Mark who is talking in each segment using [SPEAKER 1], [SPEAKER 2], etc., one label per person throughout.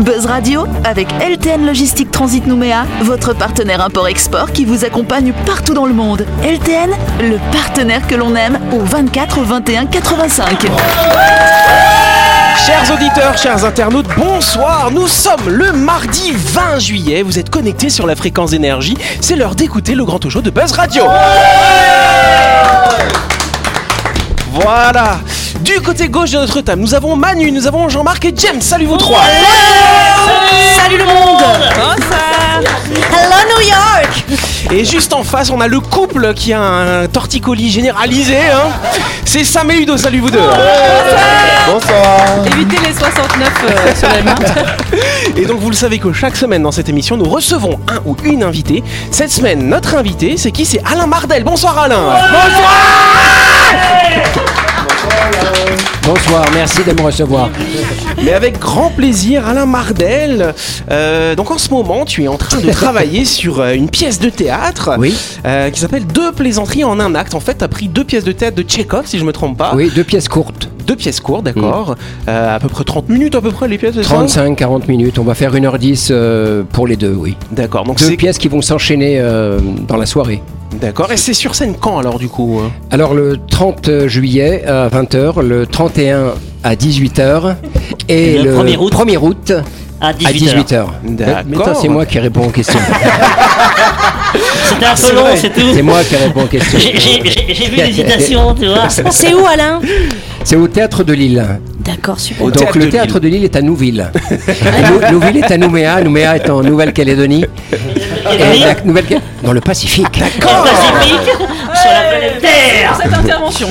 [SPEAKER 1] Buzz Radio avec LTN Logistique Transit Nouméa, votre partenaire import-export qui vous accompagne partout dans le monde. LTN, le partenaire que l'on aime au 24 21 85.
[SPEAKER 2] Chers auditeurs, chers internautes, bonsoir. Nous sommes le mardi 20 juillet. Vous êtes connectés sur la fréquence énergie. C'est l'heure d'écouter le grand talk show de Buzz Radio. voilà. Du côté gauche de notre table, nous avons Manu, nous avons Jean-Marc et James. Salut vous trois.
[SPEAKER 1] Salut le monde
[SPEAKER 3] Hello New York
[SPEAKER 2] Et juste en face, on a le couple qui a un torticolis généralisé. hein. C'est Sam et Udo. Salut vous deux.
[SPEAKER 4] Bonsoir.
[SPEAKER 5] Évitez les 69 euh, sur la main.
[SPEAKER 2] Et donc vous le savez que chaque semaine dans cette émission nous recevons un ou une invitée. Cette semaine notre invité c'est qui C'est Alain Mardel. Bonsoir Alain. Bonsoir.
[SPEAKER 4] Bonsoir, merci de me recevoir.
[SPEAKER 2] Mais avec grand plaisir Alain Mardel. euh, donc en ce moment tu es en train de travailler sur euh, une pièce de théâtre
[SPEAKER 4] Oui.
[SPEAKER 2] euh, qui s'appelle Deux plaisanteries en un acte. En fait tu as pris deux pièces de théâtre de Tchekhov si je me trompe pas.
[SPEAKER 4] Oui, deux pièces courtes,
[SPEAKER 2] Deux pièces courtes d'accord. Euh, à peu près 30 minutes à peu près les pièces. c'est ça
[SPEAKER 4] 35-40 minutes, on va faire 1h10 euh, pour les deux, oui.
[SPEAKER 2] D'accord. Donc
[SPEAKER 4] Deux
[SPEAKER 2] c'est
[SPEAKER 4] pièces qui vont s'enchaîner euh, dans la soirée.
[SPEAKER 2] d'accord. Et c'est sur scène quand alors du coup euh
[SPEAKER 4] Alors le 30 juillet à 20h, le 31 à 18h et,
[SPEAKER 6] Et le
[SPEAKER 4] le
[SPEAKER 6] 1er août
[SPEAKER 4] 1er août
[SPEAKER 6] À
[SPEAKER 4] à
[SPEAKER 6] 18h.
[SPEAKER 4] 18h.
[SPEAKER 2] D'accord.
[SPEAKER 4] Mais attends, c'est moi qui réponds aux questions.
[SPEAKER 6] C'était un peu long, c'est tout.
[SPEAKER 4] Ah, c'est moi qui réponds aux questions.
[SPEAKER 6] J'ai- J'ai j'ai vu l'hésitation, tu vois.
[SPEAKER 3] C'est où Alain
[SPEAKER 4] C'est au théâtre de Lille.
[SPEAKER 3] D'accord,
[SPEAKER 2] Au
[SPEAKER 3] super.
[SPEAKER 4] Donc
[SPEAKER 2] théâtre de
[SPEAKER 4] le théâtre de Lille est à Nouville. Nou- Nouville est à Nouméa, Nouméa est en Nouvelle-Calédonie. Et la Nouvelle dans le Pacifique.
[SPEAKER 6] Corps Pacifique sur la planète Terre.
[SPEAKER 5] Cette intervention.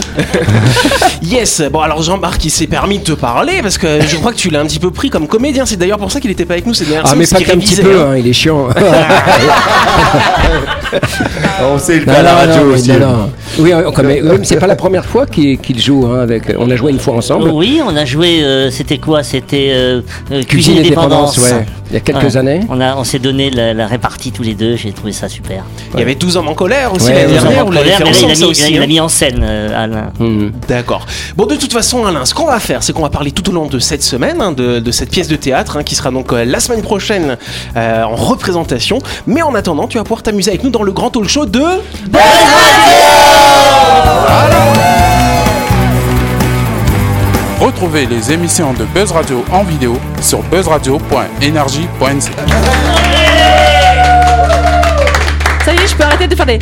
[SPEAKER 2] Yes, bon alors Jean-Marc il s'est permis de te parler parce que je crois que tu l'as un petit peu pris comme comédien, c'est d'ailleurs pour ça qu'il n'était pas avec nous ces dernières
[SPEAKER 4] Ah mais
[SPEAKER 2] semaines.
[SPEAKER 4] pas
[SPEAKER 2] parce
[SPEAKER 4] qu'un
[SPEAKER 2] qu'il
[SPEAKER 4] petit
[SPEAKER 2] révisait,
[SPEAKER 4] peu,
[SPEAKER 2] hein.
[SPEAKER 4] hein, il est chiant.
[SPEAKER 7] On sait, il fait
[SPEAKER 4] Non,
[SPEAKER 7] à la
[SPEAKER 4] non,
[SPEAKER 7] radio
[SPEAKER 4] non,
[SPEAKER 7] aussi.
[SPEAKER 4] non, non. Oui, on- quand même, oui, mais c'est pas la première fois qu'il qu'il joue. hein, avec, on a joué une fois ensemble.
[SPEAKER 6] Oui, on a joué, euh, c'était quoi C'était euh, euh,
[SPEAKER 4] Cuisine
[SPEAKER 6] Cuisine
[SPEAKER 4] et dépendance,
[SPEAKER 6] Dépendance.
[SPEAKER 4] ouais. Il y a quelques
[SPEAKER 6] Ouais.
[SPEAKER 4] années.
[SPEAKER 6] On, a- on s'est donné la, la répartie tous les deux, j'ai trouvé ça super.
[SPEAKER 2] Il y avait 12 hommes en colère aussi
[SPEAKER 4] Ouais,
[SPEAKER 2] l'année
[SPEAKER 4] ouais,
[SPEAKER 6] Nous
[SPEAKER 2] dernière,
[SPEAKER 6] sommes en
[SPEAKER 2] on l'avait
[SPEAKER 6] colère,
[SPEAKER 2] fait
[SPEAKER 6] mais là, il,
[SPEAKER 2] ensemble
[SPEAKER 6] a
[SPEAKER 2] ça
[SPEAKER 6] mis,
[SPEAKER 2] aussi.
[SPEAKER 6] il a
[SPEAKER 2] hein.
[SPEAKER 6] mis en scène, euh, Alain.
[SPEAKER 4] Mhm.
[SPEAKER 2] D'accord. Bon, de toute façon, Alain, ce qu'on va faire, c'est qu'on va parler tout au long de cette semaine, hein, de, de cette pièce de théâtre, hein, qui sera donc euh, la semaine prochaine euh, en représentation. Mais en attendant, tu vas pouvoir t'amuser avec nous dans le grand talk show de.
[SPEAKER 8] Retrouvez les émissions de Buzz Radio en vidéo sur buzzradio.energie.nc.
[SPEAKER 5] Ça y est, je peux arrêter de faire des.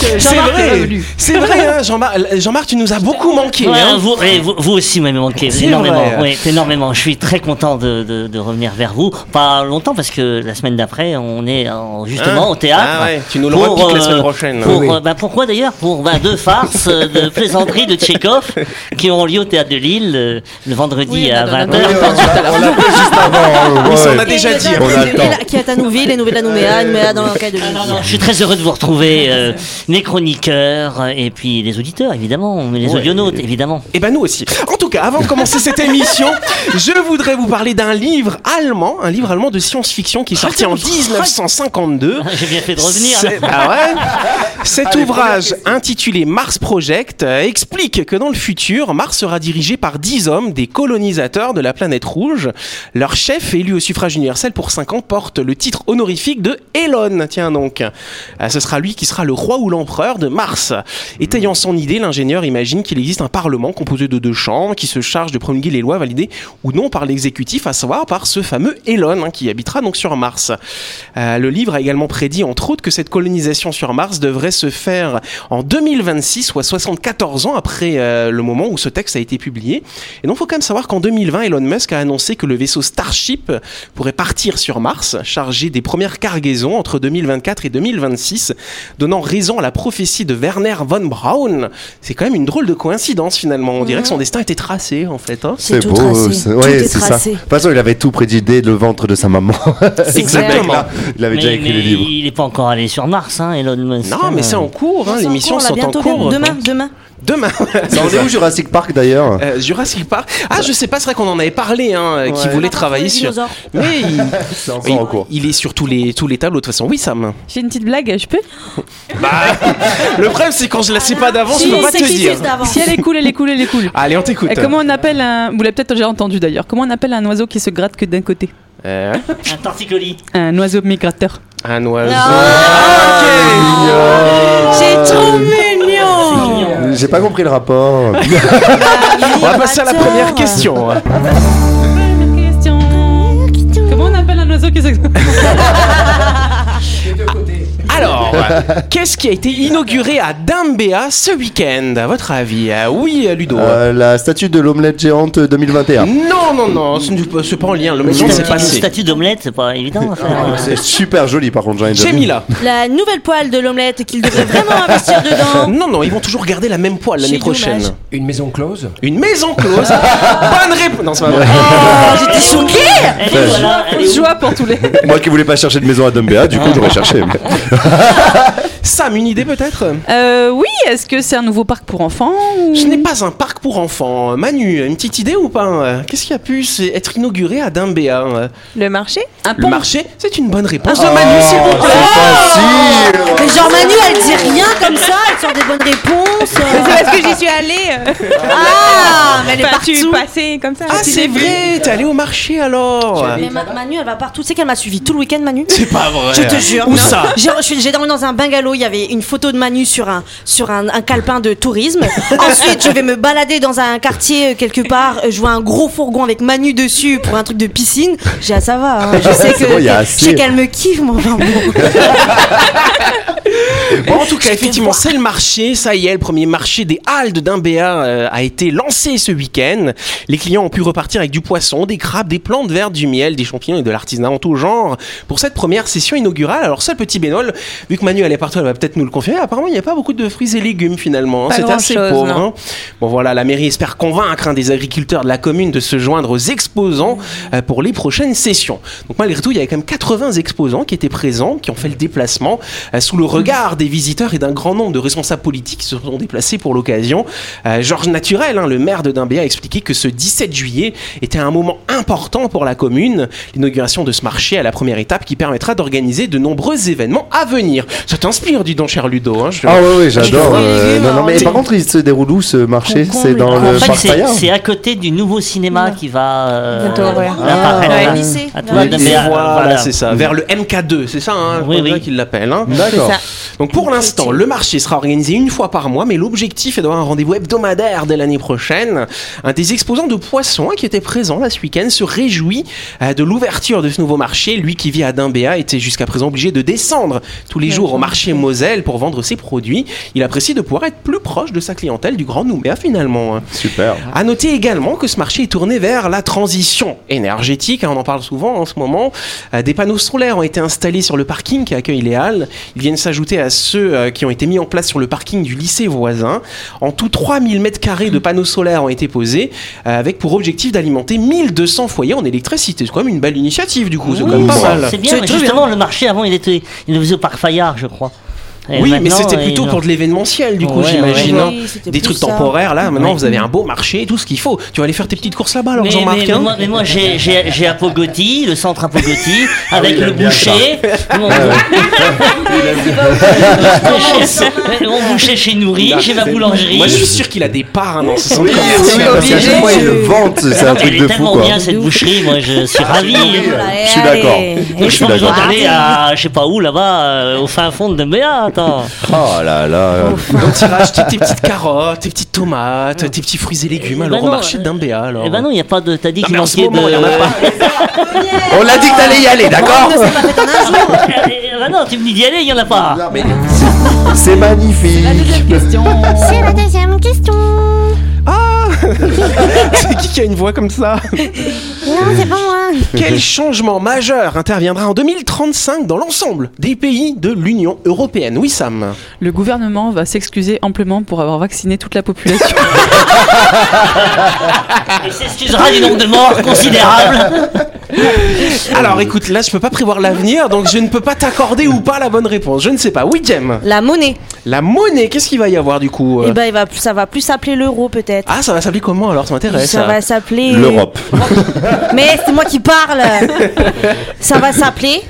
[SPEAKER 2] C'est
[SPEAKER 5] Jean-Marc est
[SPEAKER 2] vrai,
[SPEAKER 5] revenu.
[SPEAKER 2] c'est vrai, hein, Jean-Marc, Jean-Marc, tu nous as beaucoup manqué.
[SPEAKER 6] Ouais,
[SPEAKER 2] hein.
[SPEAKER 6] vous, et vous, vous aussi m'avez manqué
[SPEAKER 2] C'est
[SPEAKER 6] énormément.
[SPEAKER 2] vrai.
[SPEAKER 6] ouais, énormément. Je suis très content de, de- de revenir vers vous. Pas longtemps parce que la semaine d'après, on est en- justement
[SPEAKER 2] Hein
[SPEAKER 6] au théâtre.
[SPEAKER 2] Ah ouais, tu nous le
[SPEAKER 6] pour,
[SPEAKER 2] repiques la semaine prochaine.
[SPEAKER 6] pour,
[SPEAKER 2] Oui, oui.
[SPEAKER 6] euh, bah, pourquoi d'ailleurs Pour bah, deux farces euh, de plaisanterie de Tchekhov qui auront lieu au théâtre de Lille euh, le vendredi
[SPEAKER 5] Oui,
[SPEAKER 6] à
[SPEAKER 5] non, non, non,
[SPEAKER 6] 20h.
[SPEAKER 5] non, non, non, non,
[SPEAKER 7] On l'a fait juste avant. hein,
[SPEAKER 2] Mais ça, on
[SPEAKER 7] ouais.
[SPEAKER 2] a déjà dit.
[SPEAKER 7] On a le temps. Euh,
[SPEAKER 3] Qui est à Nouville, les nouvelles à Nouméa, Nouméa dans l'enquête de
[SPEAKER 6] Non,
[SPEAKER 3] Lille.
[SPEAKER 6] non, je suis très heureux de vous retrouver, euh, mes chroniqueurs euh, et puis les auditeurs, évidemment, les audionautes, évidemment.
[SPEAKER 2] Et ben nous aussi. En tout cas, avant de commencer cette émission, je voudrais vous parler d'un livre allemand, un livre allemand de science-fiction qui est sorti en 1952.
[SPEAKER 6] J'ai bien fait de revenir.
[SPEAKER 2] C'est- Ah ouais Cet ouvrage intitulé Mars Project euh, explique que dans le futur, Mars sera dirigé par 10 hommes, des colonisateurs de la planète rouge. Leur chef, élu au suffrage universel pour 5 ans, porte le titre honorifique de Elon. Tiens donc, Euh, ce sera lui qui sera le roi ou l'empereur de Mars. Étayant son idée, l'ingénieur imagine qu'il existe un parlement composé de deux chambres qui se charge de promulguer les lois validées ou non par l'exécutif, à savoir par ce fameux Elon hein, qui habitera donc sur Mars. Euh, le livre a également prédit, entre autres, que cette colonisation sur Mars devrait se faire en 2026, soit 74 ans après euh, le moment où ce texte a été publié. Et donc, il faut quand même savoir qu'en 2020, Elon Musk a annoncé que le vaisseau Starship pourrait partir sur Mars, chargé des premières cargaisons entre 2024 et 2026, donnant raison à la prophétie de Werner von Braun. C'est quand même une drôle de coïncidence, finalement. On dirait que son destin était tracé, en fait. hein.
[SPEAKER 7] C'est
[SPEAKER 3] tout
[SPEAKER 7] beau,
[SPEAKER 3] tracé.
[SPEAKER 7] c'est-
[SPEAKER 3] Tout
[SPEAKER 7] ouais,
[SPEAKER 3] est
[SPEAKER 7] c'est ça.
[SPEAKER 3] tracé.
[SPEAKER 7] De toute façon, il avait tout prédit dès le ventre de sa maman.
[SPEAKER 3] C'est
[SPEAKER 2] Exactement.
[SPEAKER 7] Là,
[SPEAKER 3] clair.
[SPEAKER 7] il avait
[SPEAKER 6] Mais-
[SPEAKER 7] déjà écrit
[SPEAKER 6] mais
[SPEAKER 7] le livre.
[SPEAKER 6] il n'est pas encore allé sur Mars, hein, Elon Musk.
[SPEAKER 2] Non, mais c'est en cours, hein,
[SPEAKER 3] C'est en
[SPEAKER 2] l'émission
[SPEAKER 3] cours, là,
[SPEAKER 2] sont en
[SPEAKER 3] bientôt,
[SPEAKER 2] cours.
[SPEAKER 3] Demain, demain.
[SPEAKER 2] demain.
[SPEAKER 7] Ça, on est où Jurassic Park d'ailleurs
[SPEAKER 2] Euh, Jurassic Park. Ah, je sais pas, c'est vrai qu'on en avait parlé, hein, qui voulait travailler sur. Mais il,
[SPEAKER 7] C'est encore en
[SPEAKER 2] il,
[SPEAKER 7] cours.
[SPEAKER 2] il est sur tous les, tous les tableaux de toute façon. Oui, Sam.
[SPEAKER 5] J'ai une petite blague, je peux
[SPEAKER 2] Le problème, c'est quand je la sais pas d'avance, je
[SPEAKER 3] Si,
[SPEAKER 2] peux pas
[SPEAKER 3] c'est
[SPEAKER 2] te
[SPEAKER 3] qui
[SPEAKER 2] dire.
[SPEAKER 3] suce d'avance
[SPEAKER 5] Si elle est cool, elle est cool, elle est cool.
[SPEAKER 2] Allez, on t'écoute.
[SPEAKER 5] Et comment on appelle un. Vous l'avez peut-être déjà entendu d'ailleurs. Comment on appelle un oiseau qui se gratte que d'un côté
[SPEAKER 2] Euh,
[SPEAKER 6] Un torticolis.
[SPEAKER 5] Un oiseau migrateur.
[SPEAKER 2] un oiseau.
[SPEAKER 3] Ah, C'est
[SPEAKER 2] Euh,
[SPEAKER 3] trop mignon
[SPEAKER 7] J'ai pas compris le rapport.
[SPEAKER 2] On va passer à la première
[SPEAKER 3] Attends.
[SPEAKER 2] question.
[SPEAKER 5] Première question. Comment on appelle un oiseau qui se.
[SPEAKER 2] Alors, qu'est-ce qui a été inauguré à Dambéa ce week-end, à votre avis Euh, Oui, Ludo.
[SPEAKER 7] Euh, la statue de l'omelette géante 2021.
[SPEAKER 2] Non, non, non, ce n'est pas- c'est pas en lien. Le moment s'est
[SPEAKER 6] Une
[SPEAKER 2] passé.
[SPEAKER 6] statue d'omelette, c'est pas évident à faire.
[SPEAKER 7] C'est super joli par contre, j'ai envie de dire.
[SPEAKER 2] Jamila.
[SPEAKER 3] La nouvelle poêle de l'omelette qu'il devrait vraiment investir dedans.
[SPEAKER 2] Non, non, ils vont toujours garder la même poêle l'année
[SPEAKER 3] C'est
[SPEAKER 2] prochaine.
[SPEAKER 3] dommage.
[SPEAKER 4] Une maison close
[SPEAKER 2] Une maison close. Bonne réponse. Non, c'est pas vrai. Oh, Ah,
[SPEAKER 3] J'étais choquée
[SPEAKER 6] Elle est où, voilà Elle est où
[SPEAKER 5] Joie pour tous les.
[SPEAKER 7] Moi qui voulais pas chercher de maison à Dumbéa, du coup j'aurais cherché.
[SPEAKER 2] Sam, une idée peut-être
[SPEAKER 5] Euh, oui, est-ce que c'est un nouveau parc pour enfants ou-
[SPEAKER 2] Ce n'est pas un parc pour enfants. Manu, une petite idée ou pas Qu'est-ce qui a pu s- être inauguré à Dimbéa
[SPEAKER 3] Le marché
[SPEAKER 5] Un
[SPEAKER 2] Le
[SPEAKER 5] pont Ah,
[SPEAKER 2] marché Oh. C'est une bonne réponse de Manu, s'il vous
[SPEAKER 7] Ah.
[SPEAKER 2] plaît.
[SPEAKER 7] Facile
[SPEAKER 3] Mais genre Manu, elle dit rien comme ça, elle sort des bonnes réponses. C'est parce que j'y suis allée. Ah, mais elle est partout.
[SPEAKER 5] comme ça.
[SPEAKER 2] Ah, c'est vrai, t'es allé au marché alors
[SPEAKER 3] Mais Ma- Manu, elle va partout. Tu sais qu'elle m'a suivi tout le week-end, Manu
[SPEAKER 2] C'est pas vrai.
[SPEAKER 3] Je te jure.
[SPEAKER 2] Où
[SPEAKER 3] Non.
[SPEAKER 2] ça
[SPEAKER 3] J'ai- je suis- J'ai dormi dans un bungalow. Il y avait une photo de Manu sur un sur un, un calepin de tourisme. Ensuite, je vais me balader dans un quartier euh, quelque part. euh, Je vois un gros fourgon avec Manu dessus pour un truc de piscine. J'ai ah, ça va. hein, Je sais que
[SPEAKER 7] C'est bon, il y a
[SPEAKER 3] je
[SPEAKER 7] assez.
[SPEAKER 3] sais qu'elle me kiffe, mon enfin, bon.
[SPEAKER 2] Bon, en tout cas, effectivement, c'est le marché. Ça y est, le premier marché des halles de Dimbéa euh, a été lancé ce week-end. Les clients ont pu repartir avec du poisson, des crabes, des plantes vertes, du miel, des champignons et de l'artisanat en tout genre pour cette première session inaugurale. Alors, seul petit bémol, vu que Manu elle est partout, elle va peut-être nous le confirmer. Apparemment, il n'y a pas beaucoup de fruits et légumes finalement. hein. C'était assez pauvre. hein. Bon, voilà, la mairie espère convaincre un des agriculteurs de la commune de se joindre aux exposants euh, pour les prochaines sessions. Donc, malgré tout, il y avait quand même 80 exposants qui étaient présents, qui ont fait le déplacement euh, sous le regard des visiteurs et d'un grand nombre de responsables politiques qui se sont déplacés pour l'occasion. Euh, Georges Naturel, hein, le maire de Dimbéa, a expliqué que ce 17 juillet était un moment important pour la commune. L'inauguration de ce marché à la première étape qui permettra d'organiser de nombreux événements à venir. Ça t'inspire, dis donc, cher Ludo. hein, je-
[SPEAKER 7] Ah ouais, ouais, j'adore.
[SPEAKER 3] Fruits et
[SPEAKER 7] euh,
[SPEAKER 3] légumes,
[SPEAKER 7] non, non, mais
[SPEAKER 3] hein.
[SPEAKER 7] par contre, il se déroule où ce marché
[SPEAKER 3] Concombre,
[SPEAKER 7] C'est dans
[SPEAKER 6] Ah, En
[SPEAKER 2] Euh,
[SPEAKER 7] le
[SPEAKER 6] fait,
[SPEAKER 7] parc
[SPEAKER 6] c'est-
[SPEAKER 7] Paya
[SPEAKER 6] c'est à côté du nouveau cinéma qui va. euh,
[SPEAKER 3] Bientôt ouvrir.
[SPEAKER 6] apparaître.
[SPEAKER 7] Ah,
[SPEAKER 3] ouais. lycée.
[SPEAKER 6] À
[SPEAKER 7] Oui,
[SPEAKER 6] toi, de-
[SPEAKER 7] lycée.
[SPEAKER 6] mais, euh,
[SPEAKER 2] voilà,
[SPEAKER 6] voilà.
[SPEAKER 2] c'est ça. Vers le MK2, c'est ça, hein,
[SPEAKER 6] Oui,
[SPEAKER 2] comme ça
[SPEAKER 6] oui. Mm.
[SPEAKER 2] qu'ils l'appellent. hein.
[SPEAKER 7] D'accord.
[SPEAKER 2] Donc pour l'instant, le marché sera organisé une fois par mois, mais l'objectif est d'avoir un rendez-vous hebdomadaire dès l'année prochaine. Un des exposants de poissons hein, qui était présent là ce week-end se réjouit euh, de l'ouverture de ce nouveau marché. Lui qui vit à Dimbéa était jusqu'à présent obligé de descendre tous les jours au marché Moselle pour vendre ses produits. Il apprécie de pouvoir être plus proche de sa clientèle du Grand Nouméa finalement. hein.
[SPEAKER 7] Super.
[SPEAKER 2] À noter également que ce marché est tourné vers la transition énergétique. hein, on en parle souvent en ce moment. Euh, des panneaux solaires ont été installés sur le parking qui accueille les halles. Ils viennent s'ajouter à ceux euh, qui ont été mis en place sur le parking du lycée voisin. En tout, 3000 mètres carrés de panneaux solaires ont été posés euh, avec pour objectif d'alimenter 1200 foyers en électricité. C'est quand même une belle initiative du coup. C'est quand même pas
[SPEAKER 6] Oui,
[SPEAKER 2] mal.
[SPEAKER 6] C'est bien, mais justement, le marché avant, il était, il le faisait au parc Fayard, je crois. Et
[SPEAKER 2] Oui, mais
[SPEAKER 6] maintenant,
[SPEAKER 2] c'était
[SPEAKER 6] euh,
[SPEAKER 2] plutôt
[SPEAKER 6] ils
[SPEAKER 2] pour de l'événementiel, du coup,
[SPEAKER 6] Ouais,
[SPEAKER 2] j'imagine.
[SPEAKER 6] ouais.
[SPEAKER 2] hein.
[SPEAKER 3] Oui, c'était
[SPEAKER 2] Des
[SPEAKER 3] plus
[SPEAKER 2] trucs
[SPEAKER 3] ça.
[SPEAKER 2] temporaires, là, maintenant,
[SPEAKER 6] Ouais.
[SPEAKER 2] vous avez un beau marché, tout ce qu'il faut. Tu vas aller faire tes petites courses là-bas, alors,
[SPEAKER 6] Mais, mais-
[SPEAKER 2] Jean-Marc
[SPEAKER 6] mais
[SPEAKER 2] hein Ah
[SPEAKER 6] moi, mais moi, j'ai- j'ai j'ai Apogoti, le centre Apogoti, avec le boucher. Mon, Mon boucher- mon boucher chez Nourri, j'ai ma boulangerie.
[SPEAKER 2] Moi, je suis sûr qu'il a des parts hein, dans ce centre
[SPEAKER 7] Oui, oui,
[SPEAKER 2] commercial.
[SPEAKER 7] parce qu'à chaque fois, il le vante, c'est un
[SPEAKER 6] Elle
[SPEAKER 7] truc
[SPEAKER 6] est
[SPEAKER 7] de fou
[SPEAKER 6] tellement
[SPEAKER 7] quoi.
[SPEAKER 6] bien cette boucherie, moi je suis ravi.
[SPEAKER 3] Voilà,
[SPEAKER 7] Je suis
[SPEAKER 3] et
[SPEAKER 7] d'accord.
[SPEAKER 3] allez.
[SPEAKER 6] Moi,
[SPEAKER 7] Je
[SPEAKER 6] je
[SPEAKER 7] suis
[SPEAKER 6] pense besoin
[SPEAKER 7] d'accord.
[SPEAKER 6] d'aller à je sais pas où là-bas, euh, au fin fond de Béa. Attends.
[SPEAKER 7] Oh là là.
[SPEAKER 2] Donc, tu racheter tes petites carottes, tes petites tomates, tes petits fruits et légumes, alors
[SPEAKER 6] ben
[SPEAKER 2] au
[SPEAKER 6] non,
[SPEAKER 2] marché
[SPEAKER 6] euh,
[SPEAKER 2] d'Imbéa, alors.
[SPEAKER 6] Eh ben non, il n'y a pas de. T'as dit
[SPEAKER 2] Non,
[SPEAKER 6] qu'il
[SPEAKER 2] mais en ce
[SPEAKER 6] manquait de.
[SPEAKER 2] moment, il y en a pas.
[SPEAKER 7] On l'a dit que t'allais y aller, d'accord
[SPEAKER 6] Eh ben non, tu me dis d'y aller, il n'y en a pas.
[SPEAKER 7] C'est magnifique.
[SPEAKER 5] Question.
[SPEAKER 9] C'est la deuxième question.
[SPEAKER 2] C'est qui qui a une voix comme ça
[SPEAKER 9] Non,
[SPEAKER 3] Euh.
[SPEAKER 9] c'est pas moi.
[SPEAKER 2] Quel changement majeur interviendra en 2035 dans l'ensemble des pays de l'Union Européenne Oui, Sam.
[SPEAKER 5] Le gouvernement va s'excuser amplement pour avoir vacciné toute la population.
[SPEAKER 6] Il s'excusera du nombre de morts considérable.
[SPEAKER 2] Alors écoute, là je peux pas prévoir l'avenir, donc je ne peux pas t'accorder ou pas la bonne réponse. Je ne sais pas. Oui, Jem.
[SPEAKER 3] La monnaie.
[SPEAKER 2] La monnaie, qu'est-ce qu'il va y avoir du coup euh
[SPEAKER 3] Eh ben, il va, ça va plus s'appeler l'euro peut-être.
[SPEAKER 2] Ah, ça va s'appeler comment alors Ça m'intéresse.
[SPEAKER 3] ça
[SPEAKER 2] ça.
[SPEAKER 3] va s'appeler.
[SPEAKER 7] L'Europe.
[SPEAKER 3] Mais c'est moi qui parle. ça va s'appeler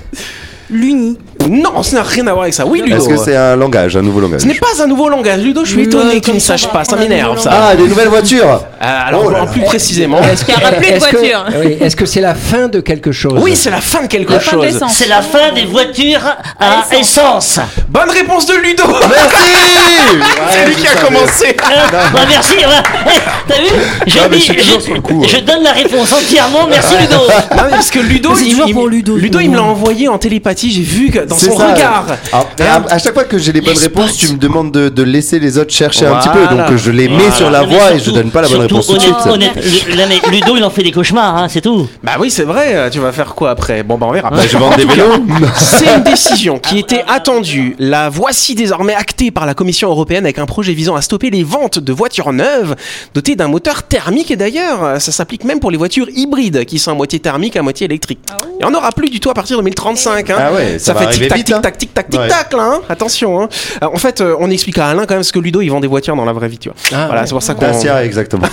[SPEAKER 3] l'uni.
[SPEAKER 2] Non, ça n'a rien à voir avec ça. Oui, Ludo.
[SPEAKER 7] Est-ce que c'est un langage, un nouveau langage
[SPEAKER 2] Ce n'est pas un nouveau langage, Ludo. Je suis
[SPEAKER 3] Ludo,
[SPEAKER 2] étonné que tu ne
[SPEAKER 3] comme ça,
[SPEAKER 2] saches
[SPEAKER 3] on va
[SPEAKER 2] pas. Ça
[SPEAKER 3] prendre un
[SPEAKER 2] m'énerve
[SPEAKER 3] nouveau
[SPEAKER 2] ça.
[SPEAKER 7] Ah, des nouvelles voitures
[SPEAKER 2] Euh, alors,
[SPEAKER 7] Oh là
[SPEAKER 2] en
[SPEAKER 7] là.
[SPEAKER 2] plus précisément.
[SPEAKER 4] Est-ce qu'il y aura
[SPEAKER 5] plus de voitures
[SPEAKER 2] euh,
[SPEAKER 4] Est-ce que c'est la fin de quelque chose
[SPEAKER 2] Oui, c'est la fin de quelque
[SPEAKER 5] La fin de
[SPEAKER 2] chose.
[SPEAKER 5] l'essence.
[SPEAKER 6] C'est la fin des voitures à essence.
[SPEAKER 7] Ah,
[SPEAKER 2] Bonne réponse de Ludo.
[SPEAKER 7] Merci
[SPEAKER 2] c'est lui qui a commencé.
[SPEAKER 6] Euh, bah, merci. bah, eh, T'as vu je,
[SPEAKER 7] Non, Ah, mais
[SPEAKER 6] dis-
[SPEAKER 7] je suis toujours sur le coup, hein. ouais.
[SPEAKER 6] je donne la réponse entièrement. Merci Ludo.
[SPEAKER 2] Non, mais parce que Ludo,
[SPEAKER 3] C'est
[SPEAKER 2] il-
[SPEAKER 3] toujours
[SPEAKER 2] il-
[SPEAKER 3] pour Ludo, tout le
[SPEAKER 2] il me l'a
[SPEAKER 3] monde.
[SPEAKER 2] envoyé en télépathie. J'ai vu que dans
[SPEAKER 7] C'est
[SPEAKER 2] son
[SPEAKER 7] ça.
[SPEAKER 2] regard. Hein
[SPEAKER 7] Alors, à, à chaque fois que j'ai les bonnes
[SPEAKER 6] Les spots.
[SPEAKER 7] réponses, tu me demandes de, de laisser les autres chercher un petit peu.
[SPEAKER 2] Voilà.
[SPEAKER 7] Donc euh, je les mets sur la
[SPEAKER 6] Non, Ah, mais
[SPEAKER 7] voie et je
[SPEAKER 6] surtout-
[SPEAKER 7] donne pas la bonne
[SPEAKER 6] surtout,
[SPEAKER 7] réponse tout de
[SPEAKER 6] honnête-
[SPEAKER 7] suite.
[SPEAKER 6] honnête, le- là, mais Ludo, il en fait des cauchemars, hein, c'est tout.
[SPEAKER 2] Bah oui, c'est vrai. Tu vas faire quoi après Bon, bah on verra.
[SPEAKER 7] Bah, je vends des vélos.
[SPEAKER 2] C'est une décision qui était attendue. La voici désormais actée par la Commission européenne avec un projet visant à stopper les ventes de voitures neuves dotées d'un moteur thermique. Et d'ailleurs, ça s'applique même pour les voitures hybrides qui sont à moitié thermique, à moitié électrique. Il n'y en aura plus du tout à partir de 2035. Hein.
[SPEAKER 7] Ah ouais, ça va
[SPEAKER 2] fait
[SPEAKER 7] arriver
[SPEAKER 2] tic-tac,
[SPEAKER 7] vite, hein.
[SPEAKER 2] tic-tac, tic-tac,
[SPEAKER 7] Ouais.
[SPEAKER 2] tic-tac, là. hein. Attention. hein. Alors, en fait, euh, on explique à Alain quand même ce que Ludo, il vend des voitures dans la vraie vie, tu vois.
[SPEAKER 4] Ah,
[SPEAKER 2] voilà,
[SPEAKER 4] ouais.
[SPEAKER 2] c'est pour ça qu'on.
[SPEAKER 7] Dacia, exactement.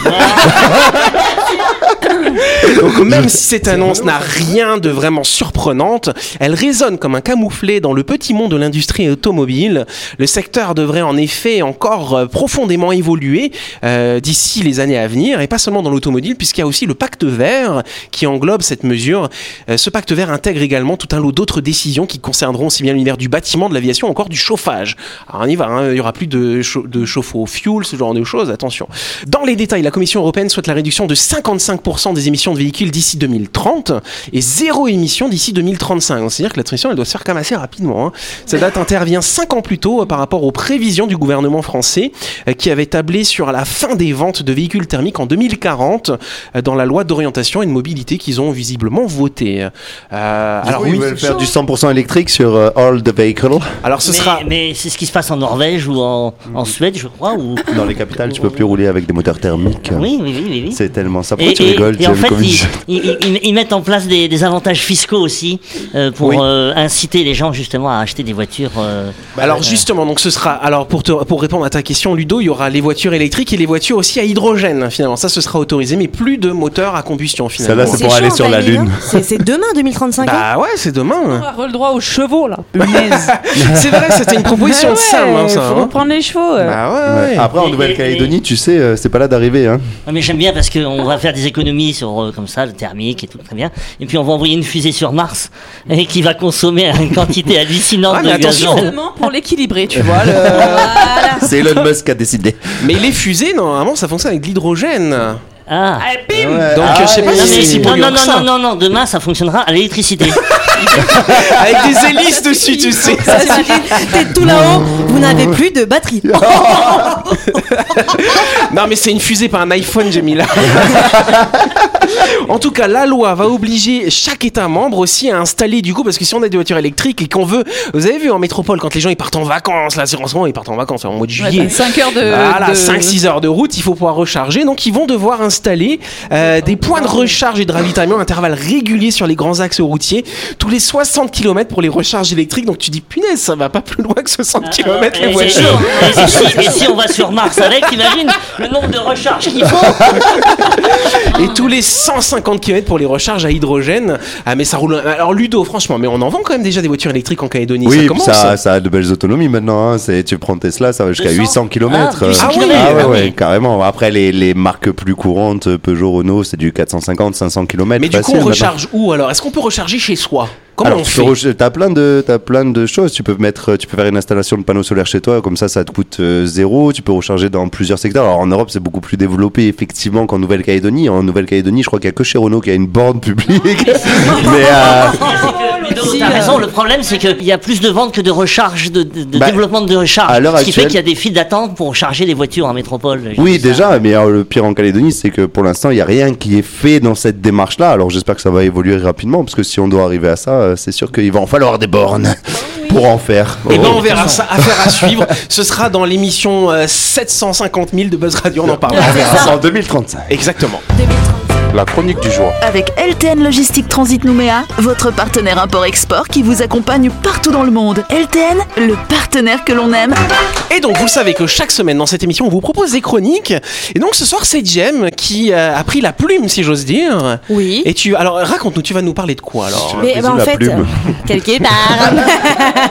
[SPEAKER 2] Donc, même si cette annonce n'a rien de vraiment surprenante, elle résonne comme un camouflet dans le petit monde de l'industrie automobile. Le secteur devrait en effet encore euh, profondément évoluer euh, d'ici les années à venir, et pas seulement dans l'automobile, puisqu'il y a aussi le pacte vert qui englobe cette mesure. Euh, ce pacte vert intègre également tout un lot d'autres décisions qui concerneront aussi bien l'univers du bâtiment, de l'aviation, encore du chauffage. Alors on y va, hein, il y aura plus de, chau- de chauffe au fuel, ce genre de choses, attention. Dans les détails, la Commission européenne souhaite la réduction de 55% des émissions de véhicules d'ici 2030 et zéro émission d'ici 2035. Donc, C'est-à-dire que la transition, elle doit se faire quand même assez rapidement. hein. Cette date intervient 5 ans plus tôt euh, par rapport aux prévisions du gouvernement français euh, qui avait tablé sur la fin des ventes de véhicules thermiques en 2040 euh, dans la loi d'orientation et de mobilité qu'ils ont visiblement votée. Euh,
[SPEAKER 7] Alors
[SPEAKER 2] alors oui,
[SPEAKER 7] ils veulent faire du 100% électrique sur euh, all the vehicle.
[SPEAKER 2] alors ce
[SPEAKER 6] mais
[SPEAKER 2] sera...
[SPEAKER 6] mais c'est ce qui se passe en Norvège ou en, en Suède, je crois. Ou...
[SPEAKER 7] Dans les capitales, tu peux plus rouler avec des moteurs thermiques.
[SPEAKER 6] Oui, oui, oui, oui. oui.
[SPEAKER 7] C'est tellement ça. Pourquoi
[SPEAKER 6] Et,
[SPEAKER 7] tu
[SPEAKER 6] et-
[SPEAKER 7] rigoles,
[SPEAKER 6] et en
[SPEAKER 7] Jim
[SPEAKER 6] fait, ils,
[SPEAKER 7] Kovic
[SPEAKER 6] ils- ils- ils mettent en place des, des avantages fiscaux aussi euh, pour
[SPEAKER 2] Oui.
[SPEAKER 6] euh, inciter les gens justement à acheter des voitures. euh,
[SPEAKER 2] Bah Alors justement, donc ce sera alors pour te- pour répondre à ta question, Ludo, il y aura les voitures électriques et les voitures aussi à hydrogène finalement. Ça, ce sera autorisé, mais plus de moteurs à combustion finalement.
[SPEAKER 7] Celle-là, c'est pour aller
[SPEAKER 3] chaud,
[SPEAKER 7] sur la
[SPEAKER 3] Valérie,
[SPEAKER 7] Lune.
[SPEAKER 3] hein. C'est c'est demain 2035. hein.
[SPEAKER 2] bah ouais, c'est demain.
[SPEAKER 5] On a le droit aux chevaux là.
[SPEAKER 2] c'est vrai, c'était une proposition de Sam, hein, ça.
[SPEAKER 5] Faut
[SPEAKER 2] hein.
[SPEAKER 5] reprendre les chevaux. euh.
[SPEAKER 2] Bah ouais. ouais.
[SPEAKER 7] Après, en Nouvelle-Calédonie, tu sais, euh, c'est pas là d'arriver. Hein.
[SPEAKER 6] Ah, mais j'aime bien parce qu'on va faire des économies sur euh, comme ça, le thermique et tout, très bien. Et puis on va envoyer une fusée sur Mars et qui va consommer une quantité hallucinante
[SPEAKER 2] Ouais, Ah, mais
[SPEAKER 6] de
[SPEAKER 2] attention.
[SPEAKER 6] gazon.
[SPEAKER 5] Seulement pour l'équilibrer, tu vois.
[SPEAKER 7] C'est Elon Musk qui a décidé.
[SPEAKER 2] Mais les fusées, normalement, ça fonctionne avec de l'hydrogène.
[SPEAKER 6] Ah.
[SPEAKER 2] Donc
[SPEAKER 7] Ah
[SPEAKER 2] je sais pas
[SPEAKER 6] Non,
[SPEAKER 2] si
[SPEAKER 6] mais-
[SPEAKER 2] c'est si
[SPEAKER 6] non,
[SPEAKER 2] polluant
[SPEAKER 6] non,
[SPEAKER 2] que ça.
[SPEAKER 6] non, non, non, demain ça fonctionnera à l'électricité.
[SPEAKER 2] Avec des hélices dessus, tu sais.
[SPEAKER 3] Ça suffit. T'es tout là-haut, vous n'avez plus de batterie.
[SPEAKER 7] Oh.
[SPEAKER 2] Non, mais c'est une fusée, pas un iPhone, Jamila. en tout cas, la loi va obliger chaque État membre aussi à installer du coup, parce que si on a des voitures électriques et qu'on veut, vous avez vu en métropole quand les gens ils partent en vacances, là, c'est en ce moment ils partent en vacances en mois de juillet.
[SPEAKER 5] 5 heures de.
[SPEAKER 6] euh,
[SPEAKER 2] Voilà,
[SPEAKER 5] de-
[SPEAKER 2] 5-6 heures de route, il faut pouvoir recharger. Donc, ils vont devoir installer euh, des points de recharge et de ravitaillement à intervalles réguliers sur les grands axes routiers, tous les 60 km pour les recharges électriques. Donc, tu dis, punaise, ça va pas plus loin que 60 km les
[SPEAKER 6] Ah, Et c'est
[SPEAKER 2] voitures.
[SPEAKER 6] sûr. Et si, et si on va sur Mars avec, imagine le nombre de recharges qu'il faut.
[SPEAKER 2] Et tous les 150 km pour les recharges à hydrogène. Ah, mais ça roule. Alors, Ludo, franchement, mais on en vend quand même déjà des voitures électriques en Calédonie. ça
[SPEAKER 7] Oui, puis
[SPEAKER 2] commence.
[SPEAKER 7] ça, ça, a de belles autonomies maintenant. hein. C'est- Tu prends Tesla, ça va jusqu'à
[SPEAKER 6] 200.
[SPEAKER 7] 800 km.
[SPEAKER 6] Ah, 800
[SPEAKER 7] ah, ouais,
[SPEAKER 6] kilomètres,
[SPEAKER 7] ouais,
[SPEAKER 6] oui.
[SPEAKER 7] ouais, carrément. Après, les, les marques plus courantes, euh, Peugeot, Renault, c'est du 450, 500 km.
[SPEAKER 2] Mais du coup, on recharge où alors Est-ce qu'on peut recharger chez soi Comment
[SPEAKER 7] Alors,
[SPEAKER 2] on
[SPEAKER 7] tu
[SPEAKER 2] fait
[SPEAKER 7] re- t'as plein de t'as plein de choses. Tu peux mettre, tu peux faire une installation de panneaux solaires chez toi, comme ça, ça te coûte euh, zéro. Tu peux recharger dans plusieurs secteurs. Alors en Europe, c'est beaucoup plus développé effectivement qu'en Nouvelle-Calédonie. En Nouvelle-Calédonie, je crois qu'il n'y a que chez Renault qu'il y a une borne publique. mais euh,
[SPEAKER 6] Ludo, T'as raison, le problème c'est qu'il y a plus de ventes que de recharges, de, de- de
[SPEAKER 7] Bah,
[SPEAKER 6] développement de recharge.
[SPEAKER 7] à l'heure
[SPEAKER 6] Ce qui fait
[SPEAKER 7] actuelle-
[SPEAKER 6] qu'il y a des files d'attente pour charger les voitures en métropole.
[SPEAKER 7] Oui, déjà, mais alors, le pire en Calédonie, c'est que pour l'instant, il n'y a rien qui est fait dans cette démarche-là. Alors j'espère que ça va évoluer rapidement, parce que si on doit arriver à ça, euh, c'est sûr qu'il va en falloir des bornes pour en faire.
[SPEAKER 2] Eh ben,
[SPEAKER 7] Oh.
[SPEAKER 2] on verra ça. Affaire à suivre. Ce sera dans
[SPEAKER 7] Oh.
[SPEAKER 2] l'émission euh, 750 000 de Buzz Radio. On en parle.
[SPEAKER 7] en 2035.
[SPEAKER 2] Exactement.
[SPEAKER 3] 2035.
[SPEAKER 8] la chronique du jour.
[SPEAKER 1] Avec LTN Logistique Transit Nouméa, votre partenaire import-export qui vous accompagne partout dans le monde. LTN, le partenaire que l'on aime.
[SPEAKER 2] Et donc, vous le savez que chaque semaine dans cette émission, on vous propose des chroniques. Et donc, ce soir, c'est Jem qui euh, a pris la plume, si j'ose dire.
[SPEAKER 3] Oui.
[SPEAKER 2] Et tu, alors, raconte-nous, tu vas nous parler de quoi alors
[SPEAKER 3] Mais
[SPEAKER 7] Vas-y,
[SPEAKER 3] bah, en
[SPEAKER 7] la
[SPEAKER 3] fait,
[SPEAKER 7] plume.
[SPEAKER 3] quelque part.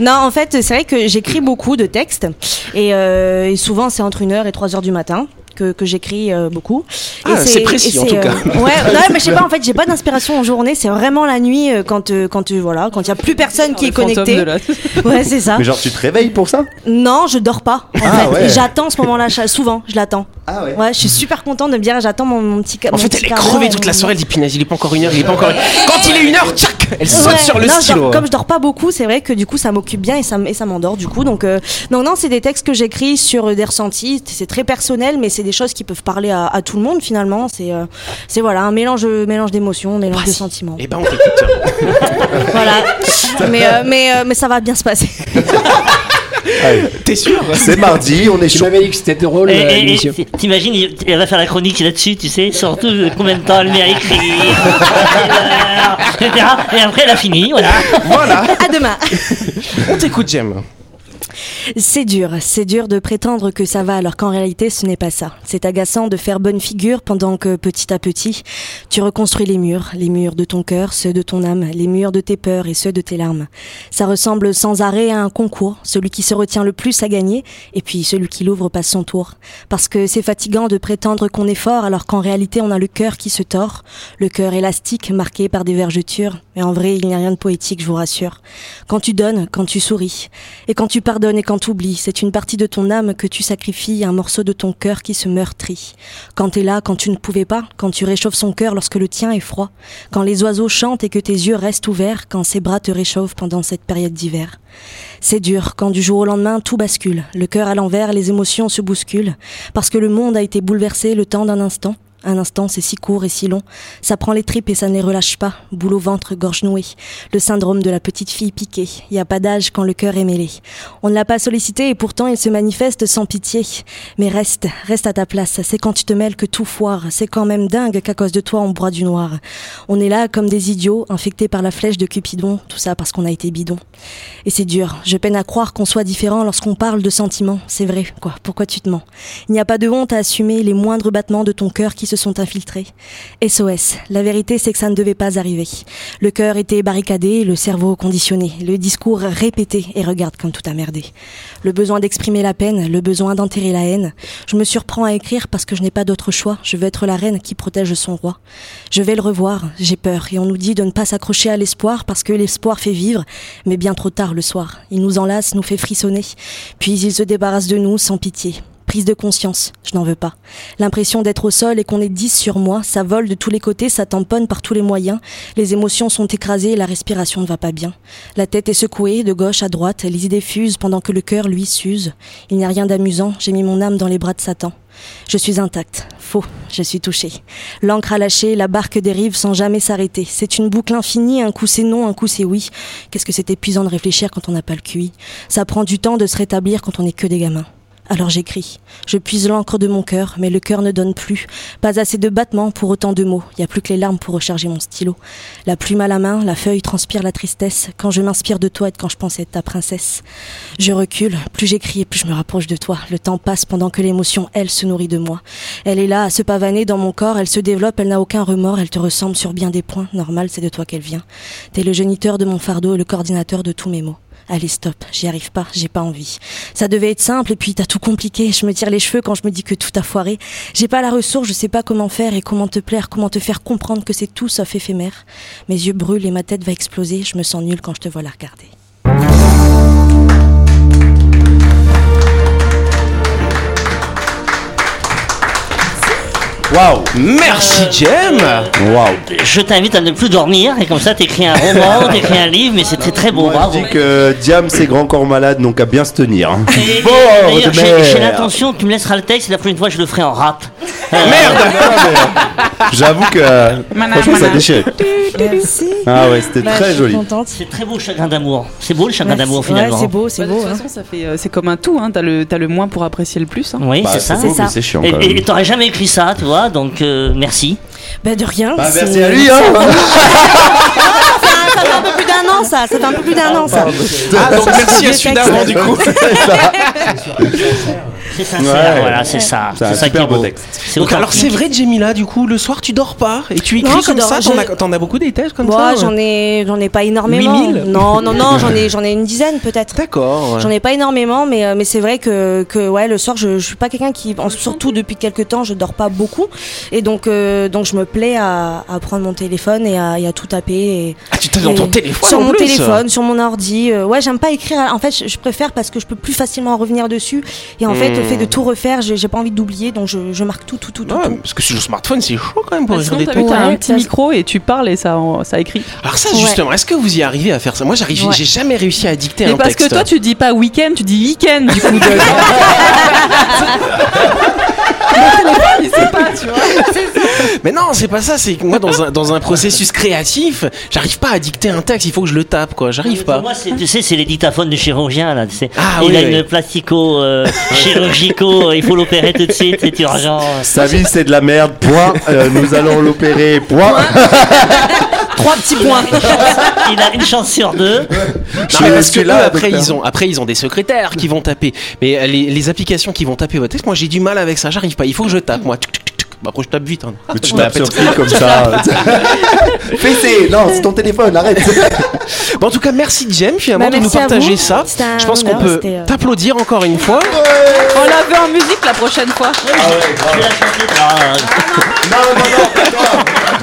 [SPEAKER 3] non, en fait, c'est vrai que j'écris beaucoup de textes et, euh, et souvent c'est entre 1h et 3h du matin. Que, que j'écris euh, beaucoup. Et
[SPEAKER 2] Ah, c'est précis,
[SPEAKER 3] et
[SPEAKER 2] en
[SPEAKER 3] c'est, euh,
[SPEAKER 2] tout cas.
[SPEAKER 3] ouais, non, mais je sais pas, en fait, j'ai pas d'inspiration en journée, c'est vraiment la nuit euh, quand, euh, quand, euh, voilà, quand il y a plus personne qui est connecté. Ouais, c'est ça.
[SPEAKER 7] Mais genre, tu te réveilles pour ça
[SPEAKER 3] Non, je dors pas. En
[SPEAKER 7] Ah
[SPEAKER 3] fait,
[SPEAKER 7] ouais.
[SPEAKER 3] j'attends ce moment-là cha- souvent. Je l'attends.
[SPEAKER 7] Ah ouais.
[SPEAKER 3] je suis super contente de me dire j'attends mon, mon petit. ca-
[SPEAKER 2] En
[SPEAKER 3] mon
[SPEAKER 2] fait,
[SPEAKER 3] petit
[SPEAKER 2] elle est
[SPEAKER 3] quart
[SPEAKER 2] crevée
[SPEAKER 3] d'heure.
[SPEAKER 2] toute la soirée, elle dit punaise, il est pas encore une heure, il est pas encore une Quand il est une heure, tchac Elle saute
[SPEAKER 3] Ouais.
[SPEAKER 2] sur le
[SPEAKER 3] Non, je
[SPEAKER 2] stylo. hein.
[SPEAKER 3] dors- comme je dors pas beaucoup, c'est vrai que du coup ça m'occupe bien et ça, m- et ça m'endort du coup. Donc euh, non, non, c'est des textes que j'écris sur euh, des ressentis. C'est très personnel, mais c'est des choses qui peuvent parler à, à tout le monde finalement. C'est euh, c'est voilà un mélange euh, mélange d'émotions, mélange de sentiments.
[SPEAKER 2] Eh ben, on t'écoute.
[SPEAKER 3] Voilà.
[SPEAKER 7] Oh
[SPEAKER 3] mais euh, mais euh, mais ça va bien se passer.
[SPEAKER 2] T'es sûr
[SPEAKER 7] C'est mardi, on est
[SPEAKER 4] Tu
[SPEAKER 7] chaud.
[SPEAKER 4] m'avais dit que c'était drôle
[SPEAKER 6] Et-
[SPEAKER 4] euh,
[SPEAKER 6] et-
[SPEAKER 4] l'émission.
[SPEAKER 6] et- T'imagines, il- elle va faire la chronique là-dessus, tu sais, surtout euh, combien de temps elle met à écrire, etc. Et après, elle a fini, voilà.
[SPEAKER 2] Voilà
[SPEAKER 3] À demain.
[SPEAKER 2] On t'écoute, Jem.
[SPEAKER 3] C'est dur, c'est dur de prétendre que ça va alors qu'en réalité ce n'est pas ça. C'est agaçant de faire bonne figure pendant que petit à petit tu reconstruis les murs, les murs de ton cœur, ceux de ton âme, les murs de tes peurs et ceux de tes larmes. Ça ressemble sans arrêt à un concours, celui qui se retient le plus à gagner et puis celui qui l'ouvre passe son tour. Parce que c'est fatigant de prétendre qu'on est fort alors qu'en réalité on a le cœur qui se tord, le cœur élastique marqué par des vergetures. Mais en vrai il n'y a rien de poétique, je vous rassure. Quand tu donnes, quand tu souris, et quand tu pardonnes et quand tu oublies, c'est une partie de ton âme que tu sacrifies à un morceau de ton cœur qui se meurtrit. Quand t'es là, quand tu ne pouvais pas, quand tu réchauffes son cœur lorsque le tien est froid, quand les oiseaux chantent et que tes yeux restent ouverts, quand ses bras te réchauffent pendant cette période d'hiver. C'est dur quand du jour au lendemain tout bascule, le cœur à l'envers, les émotions se bousculent, parce que le monde a été bouleversé le temps d'un instant. Un instant, c'est si court et si long. Ça prend les tripes et ça ne les relâche pas. Boule au ventre, gorge nouée. Le syndrome de la petite fille piquée. Il n'y a pas d'âge quand le cœur est mêlé. On ne l'a pas sollicité et pourtant il se manifeste sans pitié. Mais reste, reste à ta place. C'est quand tu te mêles que tout foire. C'est quand même dingue qu'à cause de toi on broie du noir. On est là comme des idiots, infectés par la flèche de Cupidon. Tout ça parce qu'on a été bidon. Et c'est dur. Je peine à croire qu'on soit différent lorsqu'on parle de sentiments. C'est vrai, quoi. Pourquoi tu te mens Il n'y a pas de honte à assumer les moindres battements de ton cœur qui se sont infiltrés. SOS. La vérité, c'est que ça ne devait pas arriver. Le cœur était barricadé, le cerveau conditionné, le discours répété et regarde comme tout a merdé. Le besoin d'exprimer la peine, le besoin d'enterrer la haine. Je me surprends à écrire parce que je n'ai pas d'autre choix. Je veux être la reine qui protège son roi. Je vais le revoir, j'ai peur, et on nous dit de ne pas s'accrocher à l'espoir parce que l'espoir fait vivre, mais bien trop tard le soir. Il nous enlace, nous fait frissonner, puis il se débarrasse de nous sans pitié. Prise de conscience, je n'en veux pas. L'impression d'être au sol et qu'on est 10 sur moi, ça vole de tous les côtés, ça tamponne par tous les moyens. Les émotions sont écrasées et la respiration ne va pas bien. La tête est secouée de gauche à droite, les idées fusent pendant que le cœur, lui, s'use. Il n'y a rien d'amusant, j'ai mis mon âme dans les bras de Satan. Je suis intacte. Faux. Je suis touchée. L'ancre a lâché, la barque dérive sans jamais s'arrêter. C'est une boucle infinie, un coup c'est non, un coup c'est oui. Qu'est-ce que c'est épuisant de réfléchir quand on n'a pas le QI. Ça prend du temps de se rétablir quand on n'est que des gamins. Alors j'écris. Je puise l'encre de mon cœur, mais le cœur ne donne plus. Pas assez de battements pour autant de mots. Il n'y a plus que les larmes pour recharger mon stylo. La plume à la main, la feuille transpire la tristesse. Quand je m'inspire de toi et de quand je pense être ta princesse. Je recule. Plus j'écris et plus je me rapproche de toi. Le temps passe pendant que l'émotion, elle, se nourrit de moi. Elle est là, à se pavaner dans mon corps. Elle se développe, elle n'a aucun remords. Elle te ressemble sur bien des points. Normal, c'est de toi qu'elle vient. T'es le géniteur de mon fardeau et le coordinateur de tous mes mots. Allez, stop, j'y arrive pas, j'ai pas envie. Ça devait être simple et puis t'as tout compliqué. Je me tire les cheveux quand je me dis que tout a foiré. J'ai pas la ressource, je sais pas comment faire et comment te plaire, comment te faire comprendre que c'est tout sauf éphémère. Mes yeux brûlent et ma tête va exploser. Je me sens nulle quand je te vois la regarder.
[SPEAKER 7] Waouh
[SPEAKER 2] Merci, Jem
[SPEAKER 7] Waouh
[SPEAKER 6] Je t'invite à ne plus dormir, et comme ça, t'écris un roman, t'écris un livre, mais c'était très beau,
[SPEAKER 7] Moi,
[SPEAKER 6] bravo.
[SPEAKER 7] je dis que Diam, c'est grand corps malade, donc à bien se tenir. hein.
[SPEAKER 6] Et- et-
[SPEAKER 7] Bord
[SPEAKER 6] d'ailleurs,
[SPEAKER 7] de
[SPEAKER 6] j'ai- J'ai
[SPEAKER 7] mer.
[SPEAKER 6] l'intention, tu me laisseras le texte, et la prochaine fois, je le ferai en rap.
[SPEAKER 7] J'avoue que Ah, euh,
[SPEAKER 5] Mana,
[SPEAKER 7] franchement ça
[SPEAKER 5] mana.
[SPEAKER 7] déchire. Ah ouais, c'était
[SPEAKER 10] Bah,
[SPEAKER 3] Bah,
[SPEAKER 7] très joli.
[SPEAKER 6] C'est très beau le chagrin d'amour. C'est beau le chagrin d'amour finalement.
[SPEAKER 10] c'est beau, c'est
[SPEAKER 5] Bah, de
[SPEAKER 10] beau.
[SPEAKER 5] toute
[SPEAKER 10] hein.
[SPEAKER 5] façon, ça fait, euh, c'est comme un tout. Hein. T'as le, t'as le moins pour apprécier le plus. hein.
[SPEAKER 6] Oui,
[SPEAKER 7] Bah,
[SPEAKER 6] c'est ça.
[SPEAKER 7] beau,
[SPEAKER 10] C'est
[SPEAKER 7] mais
[SPEAKER 10] ça.
[SPEAKER 7] C'est chiant
[SPEAKER 6] Et-
[SPEAKER 7] quand
[SPEAKER 6] Et
[SPEAKER 7] même.
[SPEAKER 6] et t'aurais jamais écrit ça, tu vois, donc euh, merci.
[SPEAKER 10] Bah, de rien.
[SPEAKER 7] Bah,
[SPEAKER 10] c'est-
[SPEAKER 7] merci à lui hein.
[SPEAKER 3] Ah, ça fait un peu plus d'un an, ça. Ça fait un peu plus d'un an, ça.
[SPEAKER 2] Ah, donc merci à
[SPEAKER 3] Texte.
[SPEAKER 2] Sudavant du coup.
[SPEAKER 6] C'est sincère,
[SPEAKER 7] Ouais.
[SPEAKER 6] voilà, c'est ça.
[SPEAKER 7] C'est
[SPEAKER 6] ça
[SPEAKER 7] un
[SPEAKER 6] qui
[SPEAKER 7] super
[SPEAKER 6] est
[SPEAKER 7] beau
[SPEAKER 6] beau.
[SPEAKER 7] texte.
[SPEAKER 6] C'est
[SPEAKER 2] Donc
[SPEAKER 6] authentique.
[SPEAKER 2] alors c'est vrai Jemila du coup le soir tu dors pas et tu écris
[SPEAKER 3] Non, je
[SPEAKER 2] comme
[SPEAKER 3] dors-
[SPEAKER 2] ça t'en
[SPEAKER 3] je-
[SPEAKER 2] as, t'en as beaucoup des thèses comme
[SPEAKER 3] Moi,
[SPEAKER 2] ça
[SPEAKER 3] j'en ai, j'en ai pas énormément.
[SPEAKER 2] 8000?
[SPEAKER 3] Non, non, non, j'en ai, j'en ai une dizaine peut-être.
[SPEAKER 2] D'accord. ouais.
[SPEAKER 3] J'en ai pas énormément, mais, euh, mais c'est vrai que, que ouais, le soir, je, je suis pas quelqu'un qui, en- surtout depuis quelques temps, je dors pas beaucoup. Et donc, euh, donc je me plais à, à prendre mon téléphone et à, et à tout taper. Et,
[SPEAKER 2] Ah tu t'es dans
[SPEAKER 3] et-
[SPEAKER 2] ton téléphone
[SPEAKER 3] Sur
[SPEAKER 2] en
[SPEAKER 3] mon
[SPEAKER 2] plus.
[SPEAKER 3] téléphone, sur mon ordi. euh, ouais, j'aime pas écrire. En fait, je, je préfère parce que je peux plus facilement revenir dessus. Et en fait, le
[SPEAKER 2] Hmm.
[SPEAKER 3] fait de tout refaire, j'ai j'ai pas envie d'oublier. Donc, je, je marque tout, tout, tout, tout.
[SPEAKER 2] Ouais,
[SPEAKER 3] tout.
[SPEAKER 2] parce que sur le smartphone c'est chaud quand même pour
[SPEAKER 5] Bah,
[SPEAKER 2] écrire
[SPEAKER 5] sinon,
[SPEAKER 2] des
[SPEAKER 5] t'as
[SPEAKER 2] trucs.
[SPEAKER 5] vu, t'as un
[SPEAKER 10] Ouais,
[SPEAKER 5] petit
[SPEAKER 10] ça-
[SPEAKER 5] micro et tu parles et ça, en- ça écrit.
[SPEAKER 2] Alors ça
[SPEAKER 3] Ouais.
[SPEAKER 2] justement est-ce que vous y arrivez à faire ça Moi j'arrive
[SPEAKER 3] Ouais.
[SPEAKER 2] j'ai jamais réussi à dicter
[SPEAKER 5] Mais
[SPEAKER 2] un
[SPEAKER 5] parce
[SPEAKER 2] texte.
[SPEAKER 5] que toi, tu dis pas week-end, tu dis week-end du coup. De... Le téléphone, il sait pas, tu vois.
[SPEAKER 2] Mais non c'est pas ça c'est que moi dans un dans un processus créatif j'arrive pas à dicter un texte il faut que je le tape quoi j'arrive
[SPEAKER 6] Pour
[SPEAKER 2] pas.
[SPEAKER 6] Moi, c'est- tu sais, c'est les dictaphones du chirurgien là. Tu sais.
[SPEAKER 2] Ah,
[SPEAKER 6] il
[SPEAKER 2] oui,
[SPEAKER 6] a
[SPEAKER 2] oui.
[SPEAKER 6] une plastico euh, chirurgico, il faut l'opérer tout de suite, c'est urgent.
[SPEAKER 7] Sa vie c'est de la merde. Point. Euh, nous allons l'opérer. Point.
[SPEAKER 3] Trois petits points.
[SPEAKER 6] Il a une chance sur deux.
[SPEAKER 2] Non, mais
[SPEAKER 7] Je
[SPEAKER 2] parce que
[SPEAKER 7] suis
[SPEAKER 2] là,
[SPEAKER 7] là,
[SPEAKER 2] après,
[SPEAKER 7] docteur.
[SPEAKER 2] ils ont, après, ils ont des secrétaires qui vont taper. Mais euh, les, les applications qui vont taper votre texte, moi, j'ai du mal avec ça. J'arrive pas. Il faut que je tape, moi. Tuc, tuc, tuc, tuc. Bah, après, je tape vite. hein.
[SPEAKER 7] Mais tu
[SPEAKER 2] Ouais,
[SPEAKER 7] tapes sur
[SPEAKER 2] peut-être.
[SPEAKER 7] qui comme ça Fessé. Non, c'est ton téléphone. Arrête.
[SPEAKER 2] Bon, en tout cas, merci, Jem, finalement,
[SPEAKER 3] Bah,
[SPEAKER 2] de nous
[SPEAKER 3] merci à
[SPEAKER 2] partager
[SPEAKER 3] vous.
[SPEAKER 2] ça.
[SPEAKER 3] C'était un
[SPEAKER 2] Je pense qu'on
[SPEAKER 3] honneur,
[SPEAKER 2] peut
[SPEAKER 3] c'était, euh,
[SPEAKER 2] t'applaudir encore une fois.
[SPEAKER 5] On la veut en musique la prochaine fois.
[SPEAKER 6] Je vais la chanter. Ah,
[SPEAKER 7] Non, non, non. pas toi.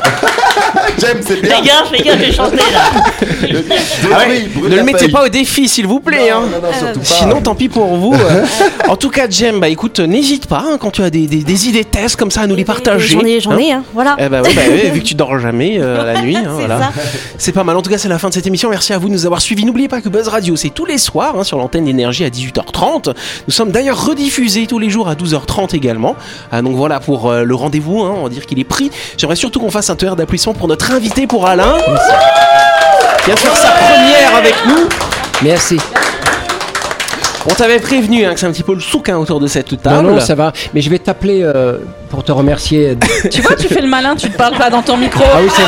[SPEAKER 7] Ah J'aime c'est bien.
[SPEAKER 6] Fais gaffe, fais gaffe, j'ai chanté là.
[SPEAKER 7] Détruis, brûle
[SPEAKER 2] ne
[SPEAKER 7] la
[SPEAKER 2] le mettez
[SPEAKER 7] feuille.
[SPEAKER 2] pas au défi, s'il vous plaît. hein.
[SPEAKER 7] Non, non, surtout pas.
[SPEAKER 2] Sinon, tant pis pour vous. euh. en tout cas, Jem, bah écoute, euh, n'hésite pas hein, quand tu as des, des- des idées de tests comme ça à nous les partager.
[SPEAKER 3] J'en ai, j'en
[SPEAKER 2] hein.
[SPEAKER 3] ai, hein. Voilà.
[SPEAKER 2] Eh bah, ouais, bah ouais, vu que tu dors jamais euh, la nuit, hein, voilà.
[SPEAKER 3] ça.
[SPEAKER 2] C'est pas mal. En tout cas, c'est la fin de cette émission. Merci à vous de nous avoir suivis. N'oubliez pas que Buzz Radio, c'est tous les soirs hein, sur l'antenne d'énergie à 18h30. Nous sommes d'ailleurs rediffusés tous les jours à 12h30 également. Ah, donc voilà pour euh, le rendez-vous. hein, on va dire qu'il est pris. J'aimerais surtout qu'on fasse un tonnerre d'applaudissements pour notre invité, pour Alain, qui vient de faire sa première avec nous.
[SPEAKER 4] Merci.
[SPEAKER 2] On t'avait prévenu hein, que c'est un petit peu le souquin autour de cette
[SPEAKER 4] Bah Non,
[SPEAKER 2] table.
[SPEAKER 4] non, ça va. Mais je vais t'appeler euh, pour te remercier.
[SPEAKER 5] Tu vois, tu fais le malin, tu te parles pas dans ton micro.
[SPEAKER 4] Ah oui, c'est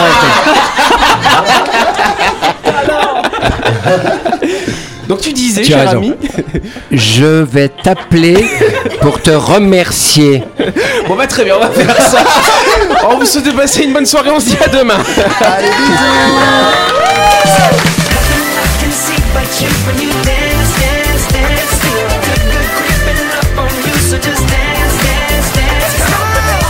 [SPEAKER 4] vrai.
[SPEAKER 2] Donc tu disais,
[SPEAKER 4] Tu as
[SPEAKER 2] cher
[SPEAKER 4] raison.
[SPEAKER 2] ami.
[SPEAKER 4] Je vais t'appeler pour te remercier.
[SPEAKER 2] Bon bah très bien, on va faire ça. on vous souhaite de passer une bonne soirée. On se dit à demain.